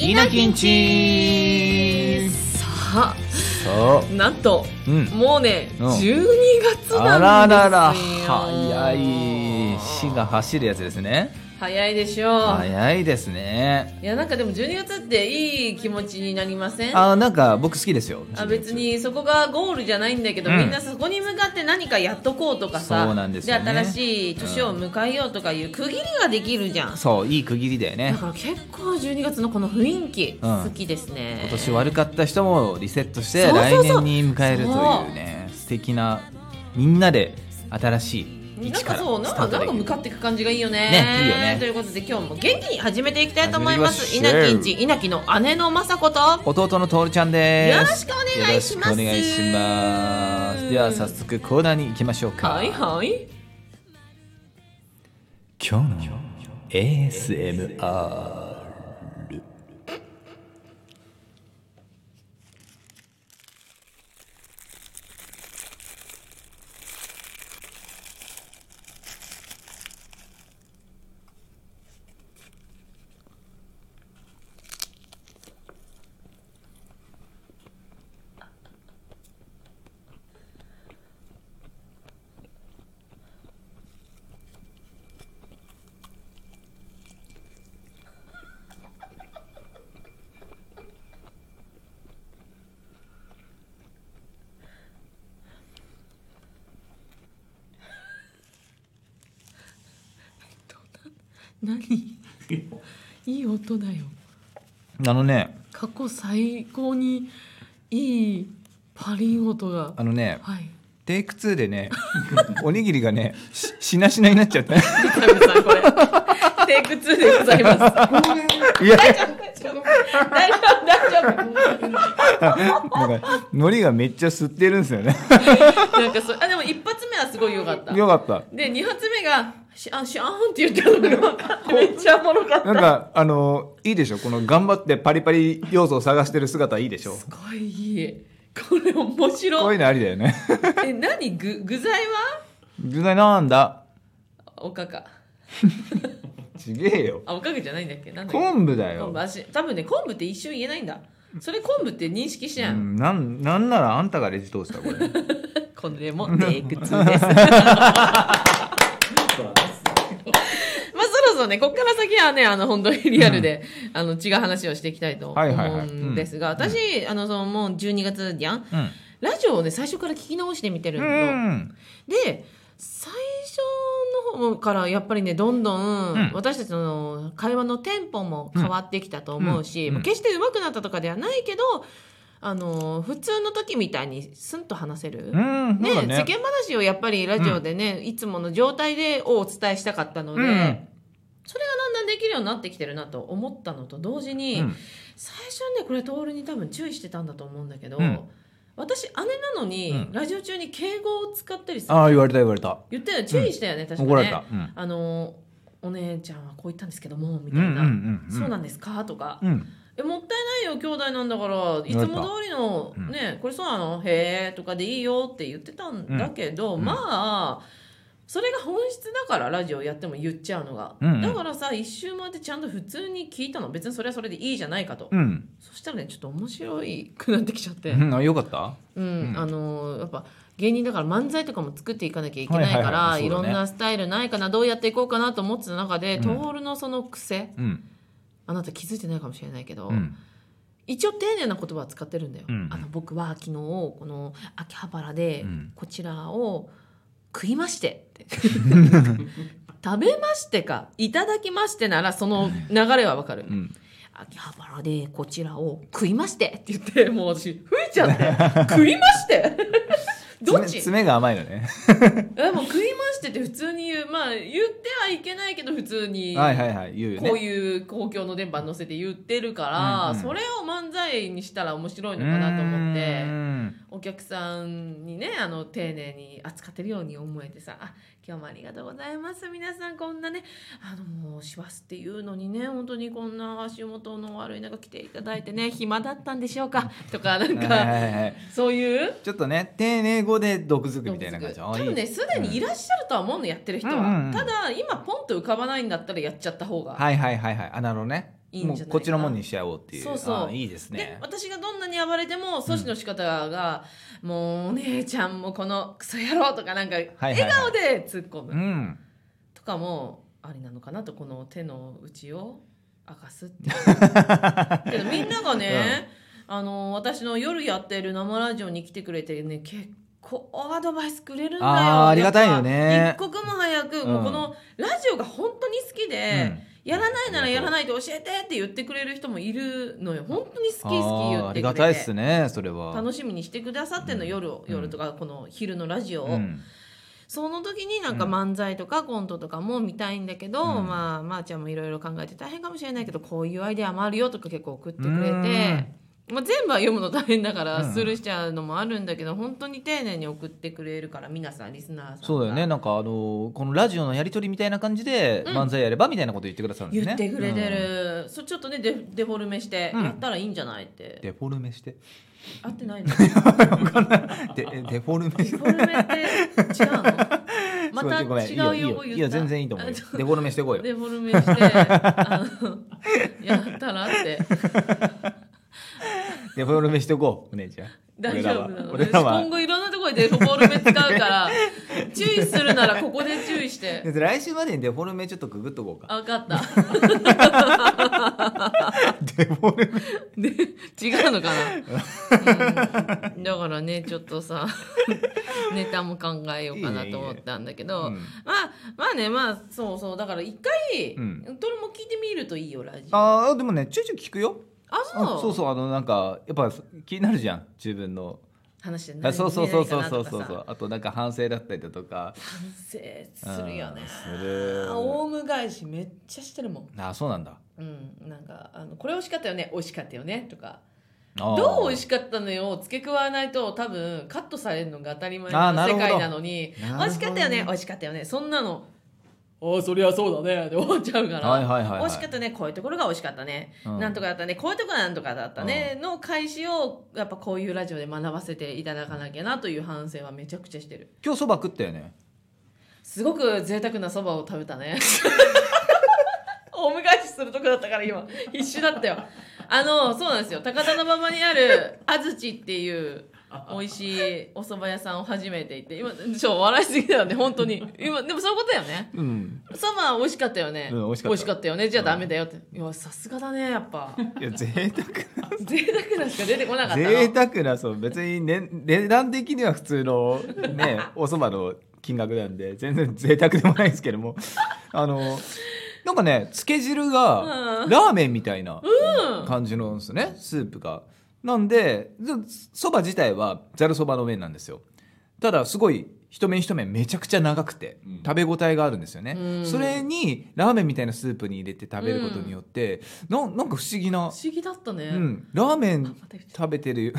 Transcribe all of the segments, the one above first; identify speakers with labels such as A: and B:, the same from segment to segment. A: イナキンチ
B: さあ
A: そ
B: なんと、
A: うん
B: もうね、
A: うん
B: 12月な
A: う
B: んですよ
A: あららら早い死が走るやつですね
B: 早いでしょう、
A: 早いですね
B: い、やなんかでも12月っていい気持ちになりませんあ
A: あなんか僕好きですよ
B: 別にそこがゴールじゃないんだけど、
A: うん
B: みんなそこに向かって何かやっとこうとかさ
A: そうなんですよね
B: で新しい年を迎えようとかいう区切りができるじゃん、
A: そういい区切りだよね
B: だから結構12月のこの雰囲気
A: うん
B: 好きですね、
A: 今年悪かった人もリセットして
B: そうそうそ
A: 来
B: う
A: 年に迎えるというね素敵なみんなで新しい
B: なん
A: 一
B: か
A: から
B: そう、なん
A: スタ
B: か、
A: ート
B: なん
A: で
B: か
A: き
B: 向
A: る
B: かっていく感じがいいよね。
A: ねいいよね
B: ということで、今日も元気に始めていきたいと思います。
A: 始
B: 稲
A: めましょう
B: 城んち、稲城の姉の雅子と。
A: 弟のトールちゃんです
B: よろしくお願いします
A: よろくお願いしますでは早速コーナーに行きましょうか
B: はいはい。
A: 今日の ASMR
B: 何 いい音だよ。
A: あのね
B: 過去最高にいいパリン音が。
A: あのね
B: はい。
A: テイク2でね おにぎりがねししなしなになっち ゃったい
B: 三上さん、これ。 テイク2でござい ます。
A: や
B: 大丈夫、大丈夫。
A: なんか海苔がめっちゃ吸ってるんですよね
B: なんかそあ、でも一発目はすごい良かった。
A: よかった
B: で、二発目が、シャン、シャーンって言ったのが分 かって、めっちゃおもろかった。
A: なんかあのいいでしょこの頑張ってパリパリ要素を探してる姿いいでしょ
B: すごいいい。これ面
A: こう
B: 白
A: い
B: い。
A: うのありだよね
B: え、何具具材は
A: 具材なんだ
B: おかか。
A: ちげえよ
B: あ、おかかじゃないんだっけなんだっけ
A: 昆布だ
B: 昆
A: よ
B: 布。あし多分ね、昆布って一瞬言えないんだ。それ昆布って認識し
A: う
B: ない、
A: ん、なんなんならあんたがレジ通したこれ
B: これもテイク2です。 まあそろそろね、こっから先はね、あの、本当にリアルで、あの、違う話をしていきたいと思
A: はいはいはいううん
B: んですが、私、あの、その、もう12月じゃん
A: うん
B: ラジオをね、最初から聞き直してみてる
A: う
B: の。
A: ん
B: で最初の方からやっぱりねどんどん、
A: うん
B: 私たちの会話のテンポも変わってきたと思うし、
A: うんうん
B: まあ決して上手くなったとかではないけどあの普通の時みたいにスンと話せる。
A: うん
B: ね
A: そうだね
B: 世間話をやっぱりラジオでね、いつもの状態でお伝えしたかったので、
A: うん
B: それがだんだんできるようになってきてるなと思ったのと同時に、
A: うん
B: 最初ねこれ徹に多分注意してたんだと思うんだけど、
A: うん
B: 私姉なのに、
A: うん
B: ラジオ中に敬語を使ったりする
A: ああ言われた言われた
B: 言ったよ注意したよね、確かね
A: 怒られたうん
B: あのお姉ちゃんはこう言ったんですけどもみ
A: う
B: た
A: ん
B: い
A: うん
B: な、
A: うんうん
B: そうなんですかとか、
A: うん
B: えもったいないよ兄弟なんだからいつも通りの、
A: うん
B: ねこれそうなのへえとかでいいよって言ってたんだけど、
A: うん
B: まあそれが本質だからラジオやっても言っちゃうのが、
A: うんうん
B: だからさ一周回ってちゃんと普通に聞いたの別にそれはそれでいいじゃないかと、
A: うん
B: そしたらねちょっと面白いくなってきちゃって、
A: うんあよかった
B: うん
A: うん
B: あのーやっぱ芸人だから漫才とかも作っていかなきゃいけないから、
A: はい
B: い
A: はいはいそうだ
B: ろ
A: ね
B: んなスタイルないかなどうやっていこうかなと思ってた中で
A: うん
B: 徹、のその癖
A: うん
B: あなた気づいてないかもしれないけど、
A: うん
B: 一応丁寧な言葉は使ってるんだよ。
A: うんうん
B: あの僕は昨日この秋葉原で
A: うん
B: こちらを食いまして って食べましてかいただきましてならその流れはわかる。
A: うん
B: 秋葉原でこちらを食いましてって言ってもう私吹いちゃ って食いましてどっ
A: 爪
B: ち
A: 爪が甘いのね
B: えもう食いましてって普通に言うまあ言ってはいけないけど普通に
A: はいはいはい言うよね
B: こういう公共の電波に乗せて言ってるから、
A: うんうん
B: それを漫才にしたら面白いのかなと思って
A: うん
B: お客さんにねあの丁寧に扱ってるように思えてさあ今日もありがとうございます皆さんこんなねあのもう師走っていうのにね本当にこんな足元の悪い中来ていただいてね暇だったんでしょうかとかなん
A: はいは
B: か
A: いはい
B: そういう。
A: ちょっとね丁寧語で毒づくみたいな感じ
B: 多分ねすでにい
A: る
B: らっしゃるとは思うのやってる人は、
A: うんうんうん
B: ただ今ポンと浮かばないんだったらやっちゃった方が
A: はいはいはいはいあなるほどね
B: いいん
A: も
B: じゃ
A: う
B: ないかな
A: こっちのもんにしちゃおうっていう
B: そうそう
A: あいいです
B: で
A: ね
B: 私がどんなに暴れても阻止の仕方が、もうお姉ちゃんもこのクソ野郎とかなんか笑
A: はい
B: 顔で突っ込
A: う
B: む
A: ん
B: とかもありなのかなとこの手の内を明かす っていうけどみんながね、あの私の夜やってる生ラジオに来てくれてね結構アドバイスくれるんだよ
A: あーありがたいよね
B: 一刻も早く、もうこのラジオが本当に好きで、やらないならやらないで教えてって言ってくれる人もいるのよ本当に好
A: あ
B: き好き言
A: ー
B: っ
A: あ
B: て
A: り
B: くれ
A: が
B: て
A: たいっすねそれは
B: 楽しみにしてくださってんの、
A: うん
B: 夜を
A: うん
B: 夜とかこの昼のラジオを、
A: うん
B: その時になんか漫才とかコントとかも見たいんだけど、
A: うん
B: まあまー、ちゃんもいろいろ考えて大変かもしれないけどこういうアイデアもあるよとか結構送ってくれて
A: うん、
B: まあ、全部は読むの大変だから
A: うん
B: スルーしちゃうのもあるんだけど、本当に丁寧に送ってくれるから皆さんリスナーさんが
A: そうだよねなんかあのこのラジオのやり取りみたいな感じで
B: うん
A: 漫才やればみたいなこと言ってくださるんです
B: 言
A: ね
B: ってくれて
A: うん
B: る、そうちょっとねデデフォルメして
A: うん
B: やったらいいんじゃないって、
A: デフォルメして
B: 合ってないの
A: でえデフォルメ
B: デフォルメって違 うの また
A: すごい
B: 違
A: ごめん
B: う
A: いいよ
B: 用語言った
A: いいよいや全然いいと思うよ
B: あちょっと
A: デフォルメしてこいよ
B: デフォルメしてあのやったらって
A: デフォルメしてこうお姉ちゃん
B: 大丈夫なの
A: 俺らは
B: 今後いろんなところでデフォルメ使う から注意するならここで注意して
A: で来週までにデフォルメちょっとググっとこうか
B: あ分か った
A: デフォルメ
B: で違うのかな、うんだからねちょっとさ ネタも考えようかなと思ったんだけど
A: いいねいいね
B: まあまあねまあそうそうだから一回、
A: うん
B: どれも聞いてみるといいよラジオあ
A: あーでもねちょいちょい聞くよ
B: そう
A: あそうそうあのなんかやっぱ気になるじゃん自分の
B: 話して
A: あ
B: 何
A: そうそうそうそうそうそう
B: 何
A: そ
B: 々かなとか
A: うあとなんか反省だったりだとか
B: さ反省するよね
A: うんする
B: あオウム返しめっちゃしてるもん
A: あそうなんだ
B: うんなんかあのこれ美味しかったよね美味しかったよねとか
A: あー
B: どう美味しかったのよを付け加えないと多分カットされるのが当たり前
A: あー
B: の
A: なる
B: 世
A: ほど
B: 界なのに
A: なるほど
B: 美味しかったよね美味しかったよねそんなのああそりゃそうだねで終わっちゃうから、
A: はいはいはいはい
B: 美味しかったねこういうところが美味しかったね、
A: うん
B: なんとかだったねこういうところなんとかだったね、の開始をやっぱこういうラジオで学ばせていただかなきゃなという反省はめちゃくちゃしてる
A: 今日そば食ったよね
B: すごく贅沢なそばを食べたね。お迎えしするとこだったから今必死だったよあのそうなんですよ高田馬場にある安土っていう美味しいお蕎麦屋さんを初めて行って今ちょっと笑いすぎだよね本当に今でもそういうことだよね
A: うん
B: 蕎麦美味しかったよね、
A: うん美味しかった
B: よねじゃあダメだよって、いやさすがだねやっ ぱ
A: いや贅
B: 贅沢なしか出てこなかっ
A: 沢
B: たの
A: 贅沢なそう別に、ね、値段的には普通の ねおそばの金額なんで全然贅沢でもないですけどもあのなんかねつけ汁が
B: うん
A: ラーメンみたいな
B: うん
A: 感じのんですよね、スープがなんでずそば自体はざるそばの麺なんですよただすごい一面一面めちゃくちゃ長くて、
C: うん
A: 食べ応えがあるんですよね、
B: うん
A: それにラーメンみたいなスープに入れて食べることによって、なん、なんか不思議な
B: 不思議だったね、
A: うん、ラーメ
B: あま
A: ン
B: た言っちゃった
A: 食べてるいや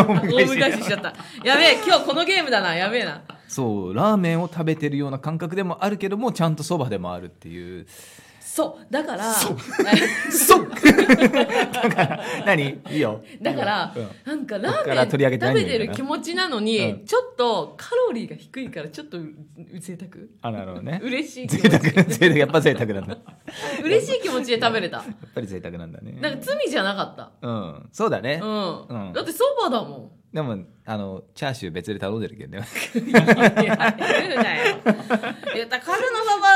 A: お
B: あ
A: 願
B: 大
A: いします
B: 昔しちゃったやべえ今日このゲームだなやべえな
A: そうラーメンを食べてるような感覚でもあるけどもちゃんとそばでもあるっていう
B: そうだから
A: そうだから何いいよ
B: だから、
A: うん
B: なんかラ
A: こっから
B: ー
A: 取り上
B: メ
A: げ
B: ン
A: てな
B: 食
A: いん
B: べ
A: だよな
B: てる気持ちなのに、
A: うん
B: ちょっとカロリーが低いからちょっとうう贅 沢
A: あなるほどね
B: 嬉しい気
A: 贅
B: 持
A: 沢
B: ち
A: 贅沢やっぱ贅沢なんだや っ
B: 嬉しい気持ちで食べれた
A: ぱり贅沢なんだね
B: なんか罪じゃなかった
A: うんそうだね、
B: うん、
A: うん
B: だってそばだも
A: でもあのチャーシュー別で頼んでるけどね
B: ん いや言うなよいやだからカルの幅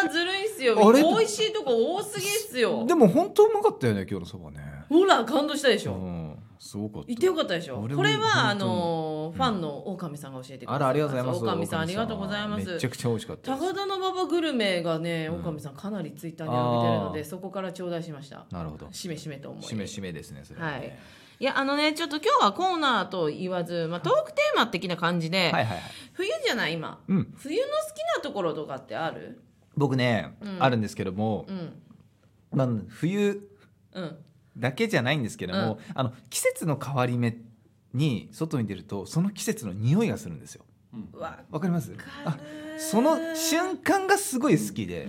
B: はずるいっすよ
A: あれ
B: 美味しいとこ多すぎっすよ
A: でも本当うまかったよね今日のそばね
B: ほら感動したでし
A: う
B: ょ
A: んすごかった
B: 言ってよかったでしょ
A: 俺も
B: これはあ
A: 本当に
B: のファンの狼さんが教えてくださ
A: あ
B: った
A: らありがとうございます
B: 狼さんありがとうございます
A: めちゃくちゃ美味しかったです
B: 高田の馬場グルメがね、
A: うん
B: おかみさんかなりツイッターに上げてるの
A: あ
B: で、
A: ー
B: そこから頂戴しました。
A: なるほど
B: しめしめと思い。
A: しめしめですねそれね
B: はいいや、あのね、ちょっと今日はコーナーと言わず、まあ、トークテーマ的な感じで、
A: はいはいはい
B: 冬じゃない、今。
A: うん
B: 冬の好きなところとかってある。
A: 僕ね、
B: うん
A: あるんですけども
B: う、ん。
A: まあ、冬
B: うん。
A: だけじゃないんですけども、
B: うん
A: あの季節の変わり目に外に出るとその季節の匂いがするんですよ
B: わ
A: わかります
B: か
A: あ
B: る。
A: その瞬。間がすごい好き
C: う
A: で、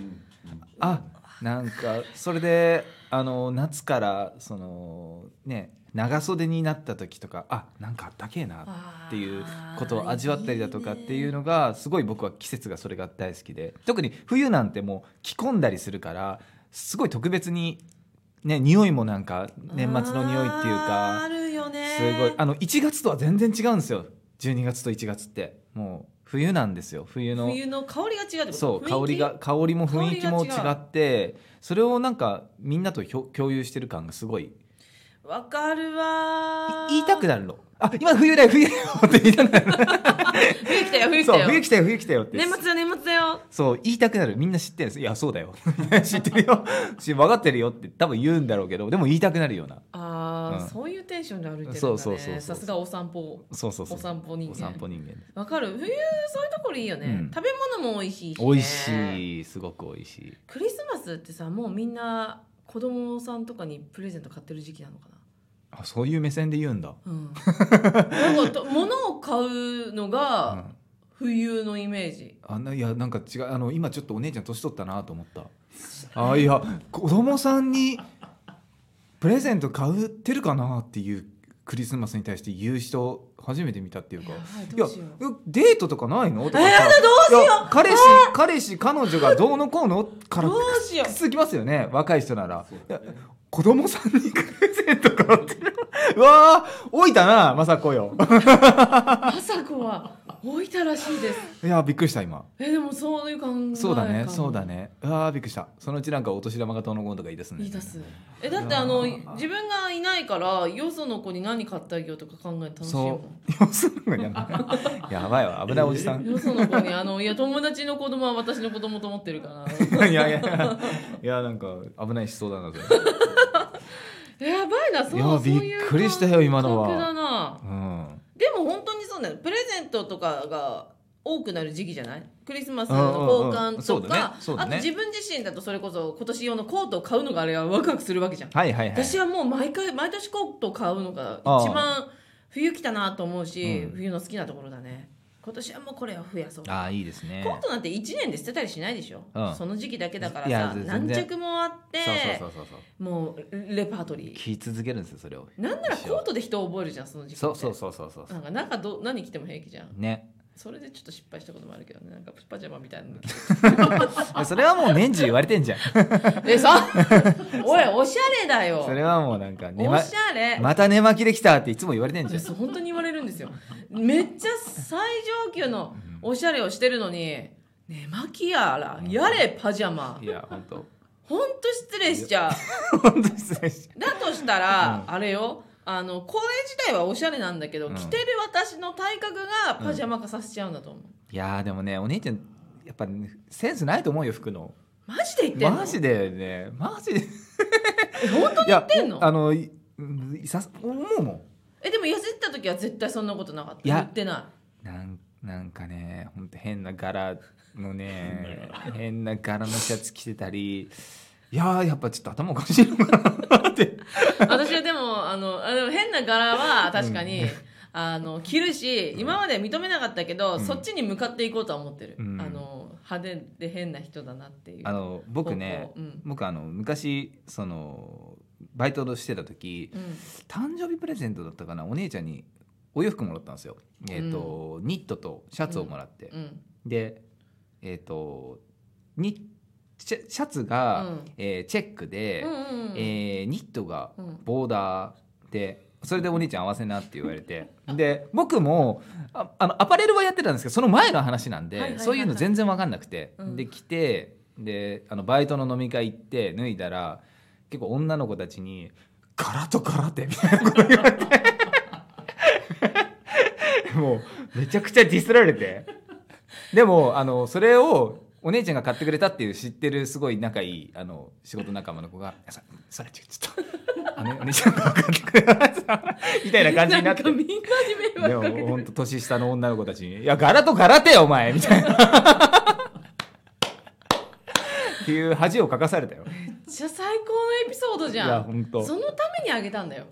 A: あなんかそれであの夏からそのね長袖になった時とかあなんかあったけえなっていうことを味わったりだとかっていう
B: の。
A: のがすごい僕は季節がそれが大好きで特に冬なんてもう着込んだりするからすごい特別にね匂いもなんか年末の匂いっていう
B: あーあ
A: か
B: るよね
A: すごいあの1月とは全然違うんですよ12月と1月ってもう冬なんですよ冬の
B: 冬の香りが違うってこと
A: そう
B: 雰囲
A: 香
B: 気
A: りが香りも雰囲気も違
B: 香りが違う
A: ってそれをなんかみんなとひょ共有してる感がすごいい
B: わかるわー
A: 言いた くなるのあ今冬だよ冬だよって言いたくなる
B: 冬来たよ冬来た
A: そう
B: よ
A: 冬来たよ冬来たよって
B: 年末だよ年末だよ
A: そう言いたくなるみんな知ってるんですいやそうだよ 知ってるよし分かってるよって多分言うんだろうけどでも言いたくなるような
B: あー、
A: うん
B: そういうテンションで歩いてるんだね
A: そうそうそうそう
B: さすがお散歩
A: そうそうそう
B: お散歩人
A: お散歩
B: 間
A: 人間
B: わかる冬そういうところいいよね、
A: うん
B: 食べ物も美味しいし、ね、
A: 美味しいすごく美味しい
B: クリスマスってさもうみんな子供さんとかにプレゼント買ってる時期なのかな
A: あそういう目線で言うんだ、
B: うん、なんかと物を買うの
A: う
B: が
A: ん、
B: 冬のイメージ
A: あんないやなんか違うあの今ちょっとお姉ちゃん年取ったなと思ったあいや子供さんにプレゼント買うってるかなっていうクリスマスに対して言う人初めて見たっていうか
B: やばい
A: い
B: ど
A: や
B: うしよう
A: デートとかないのとか
B: えーやだどうしよう
A: いや彼氏彼氏彼女がどうのこうのから
B: どうしよう
A: 続きますよね若い人なら、いや子供さんにプレゼント買うってるうわー老いたな雅子よ
B: 朝子は置いたらしいです
A: いやびっくりした今
B: えでもそういう考えかも
A: そうだね、そうだね。ああ、びっくりした。そのうちなんかお年玉がどうのこうのとか言い出すね。
B: 言い出すえだってあの
A: いやー
B: 自分がいないからよその子に何買ってあげようとか考えて楽しい
A: そ
B: よ
A: う。要するに やばい。やばいわ、危ないおじさん。
B: よその子にあのいや友達の子供は私の子供と思ってるから
A: いやいや、いや、なんか危ないしそうだな。それ
B: やばいなそう
A: いや
B: そういう
A: びっくりしたよ今のは
B: 感覚だな
A: うん。
B: でも本当にそうだよプレゼントとかが多くなる時期じゃないクリスマスの交
A: うんうんうん
B: 換
A: そ
B: と
A: うだ
B: か
A: ねそう
B: あ
A: だ
B: と
A: ね
B: 自分自身だとそれこそ今年用のコートを買うのがあれはワクワクするわけじゃん、
A: はいはいはい。
B: 私はもう毎回毎年コート買うのが
A: ああ
B: 一番冬来たなと思うし、
A: うん
B: 冬の好きなところだね今年はもうこれは増やそう
A: ああ、いいですね
B: コ。ートなんて1年で捨てたりしないでしょ、
A: うん
B: その時期だけだから
A: いや
B: さ
A: 全然
B: 何着もあって
A: そうそうそうそうそう。
B: もうレパートリー
A: 聞き続けるんですよ、それを。
B: なんならコートで人を覚えるじゃんその時期って
A: そうそうそうそうそう。
B: なんか中ど何着ても平気じゃん
A: ね、
B: それでちょっと失敗したこともあるけどねなんかパジャマみたいなの
A: それはもう年中言われてんじゃん。
B: え さおいおしゃれだよ
A: それはもうなんか、ね
B: お
A: ま、
B: しゃれ、
A: また寝巻きできたっていつも言われてんじゃん。
B: そう本当に言われるんですよめっちゃ最上級のおしゃれをしてるのに寝巻きやらやれパジャマ
A: いや、本当。
B: ほんと失礼しちゃう
A: 本当失礼し
B: だとしたら、
A: う
B: あれよあのこれ自体はおしゃれなんだけど、
A: うん
B: 着てる私の体格がパジャマ化させちゃうんだと思う、
A: いやーでもねお姉ちゃんやっぱ、ね、センスないと思うよ服の
B: マジで言ってんの
A: マジでねマジで
B: え本当に言ってん
A: い
B: の
A: やあのいうんいさ思うも
B: えでも痩せてた時は絶対そんなことなかった
A: いや
B: 言ってなん
A: なんなんかねほんと変な柄のね変な柄のシャツ着てたりいやーやっぱちょっと頭おかしいのかなって
B: い私はでもあのあでも変な柄は確かに、あの着るし今までは認めなかったけど、
A: うん
B: そっちに向かっていこうとは思ってる、
A: うん
B: あの派手で変な人だなっていう
A: あの僕ね
B: 方向うん
A: 僕あの昔そのバイトをしてた時
B: うん
A: 誕生日プレゼントだったかなお姉ちゃんにお洋服もらったんですよ、えーとニットとシャツをもらって、
B: うん
A: でえっ、とにシャシャツが、
B: うん
A: えーチェックで、
B: うんうんうん
A: えーニットが
B: うん
A: ボーダーでそれでお兄ちゃん合わせなって言われ てで僕もああのアパレルはやってたんですけどその前の話なんで、
B: はいはいはいはい
A: そういうの全然分かんなくて、
B: うん
A: で来てであのバイトの飲み会行って脱いだら結構女の子たちに「ガラとガラて」みたいなこと言われて もうめちゃくちゃディスられてでもあのそれをお姉ちゃんが買ってくれたっていう知ってるすごい仲いいあの仕事仲間の子が「いやそそれちょちょっとあのお姉ちゃんが買ってくれた」みたいな感じになって
B: んかみんなに迷
A: で
B: 惑かけ
A: も
B: て
A: 本
B: る
A: 当年下の女の子たちに「いや柄と柄てよお前」みたいな。っていう恥をかかされたよ。
B: めっちゃ最高のエピソード
A: い
B: じゃ
A: や
B: ん
A: 本当。
B: そのためにあげたんだよ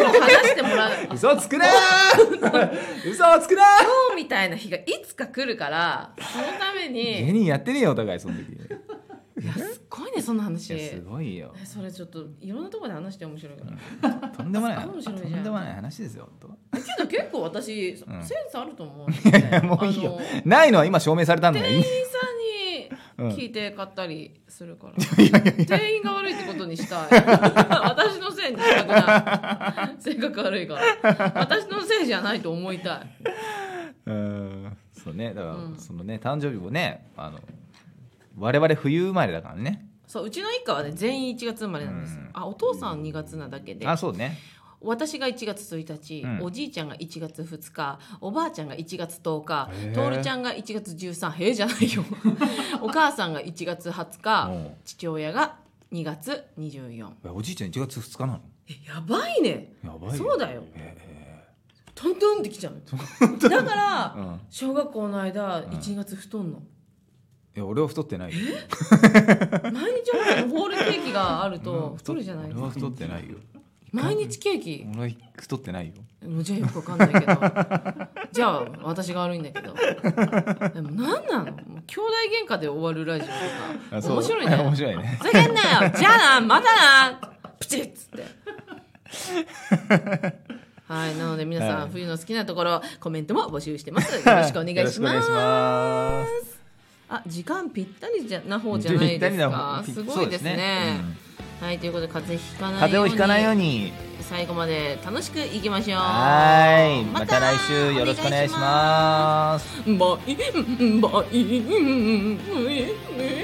B: 今日も話しても らう今
A: 嘘つくなー嘘つくなー
B: 日みたいな日がいつか来るからそのため
A: 芸
B: に
A: 人やってねえよお互いその時
B: いやすっごいねそんない話
A: やすごいよ
B: えそれちょっといろんなところで話して面白いから
A: とんでもない
B: 面
A: と
B: 白いじゃん
A: んでもない話ですよ本
B: えけど結構私、
A: ん
B: センスあると思う、
A: 当いやもういいよないのは今証明されたんだよ
B: 店員さんに
A: うん
B: 聞いて買ったりするから、
A: いやいやいや
B: 店員が悪いってことにしたい 私のせいにしたくない性格悪いから私のせいじゃないと思いたい
A: うんそうねだから、
B: うん
A: そのね誕生日もねあの我々冬生まれだからね
B: そううちの一家はね全員1月生まれなんですよ
A: うん
B: あお父さん2月なだけで
A: あそうね
B: 私が1月1日、
A: うん
B: おじいちゃんが1月2日おばあちゃんが1月10日
A: へえ
B: トールちゃんが1月13へえじゃない よお母さんが1月20日
A: も
B: 父親が2月24
A: うおじいちゃん1月2日な
B: えやばいね
A: のやばい
B: そうだよ
A: え
B: トントンってきちゃうのだから
A: えうん
B: 小学校の間
A: うん
B: 1月太んの、
A: いや俺は太ってないよ
B: 毎日ほらホールケーキがあると太るじゃないです
A: 俺は
B: か
A: 太ってないよ
B: 毎日ケーキ
A: 俺は太ってないよ
B: もうじゃあよくわかんないけどじゃあ私が悪いんだけどでも何なのもう兄弟喧嘩で終わるラジオ
A: あ
B: と
A: そ
B: か
A: う
B: 面白い
A: 面
B: ね
A: 白いね
B: ふざけんなよじゃあなまたなプチッつってはいなので皆さん、
A: はい
B: 冬の好きなところコメントも募集してますよろしくお願いし
A: よろ
B: ま
A: く
B: す
A: お願いします
B: あ時間ぴったりじゃな方じゃないですか
A: ぴった
B: す
A: りな
B: ごいですね
A: そうですね
B: はいということで風邪ひか
A: うん
B: ない
A: 風
B: よう
A: 邪を
B: に
A: ひかないように
B: 最後まで楽しくいきましょう
A: はいまた来週よろしくお願いします
B: バイバイ